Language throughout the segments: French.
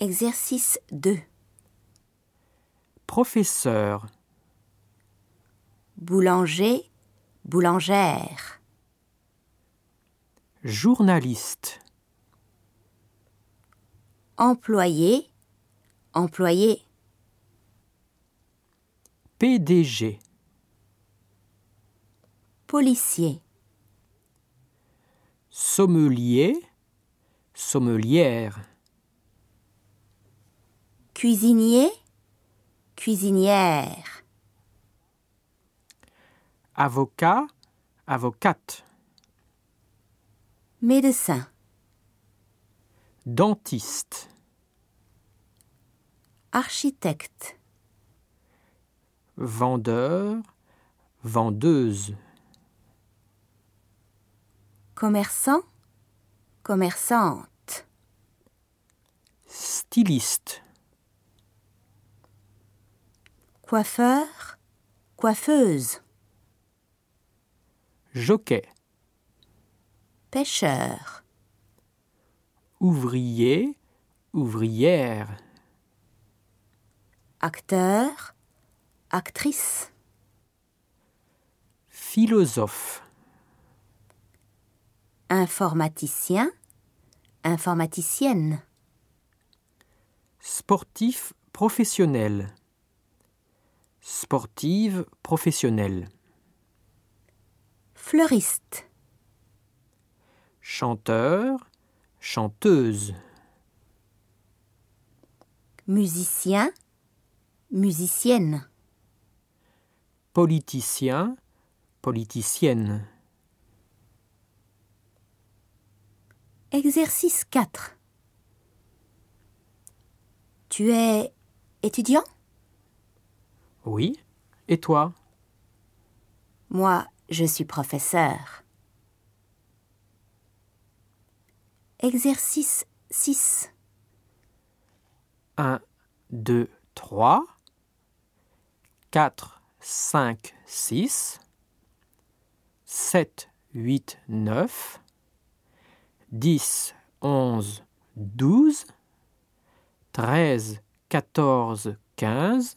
Exercice 2. Professeur, Boulanger, boulangère, journaliste, employé, employé, PDG, policier, sommelier, sommelière, cuisinier, cuisinière, avocat, avocate, médecin, dentiste, architecte, vendeur, vendeuse, commerçant, commerçante, styliste, coiffeur, coiffeuse, jockey, pêcheur, ouvrier, ouvrière, acteur, actrice, philosophe, informaticien, informaticienne, sportif professionnel, sportive professionnelle, fleuriste, chanteur, chanteuse, musicien, musicienne, politicien, politicienne, exercice 4. Tu es étudiant oui. Et toi Moi, je suis professeur. Exercice 6. 1, 2, 3, 4, 5, 6, 7, 8, 9, 10, 11, 12, 13, 14, 15,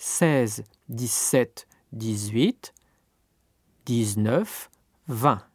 16, 17, 18, 19, 20.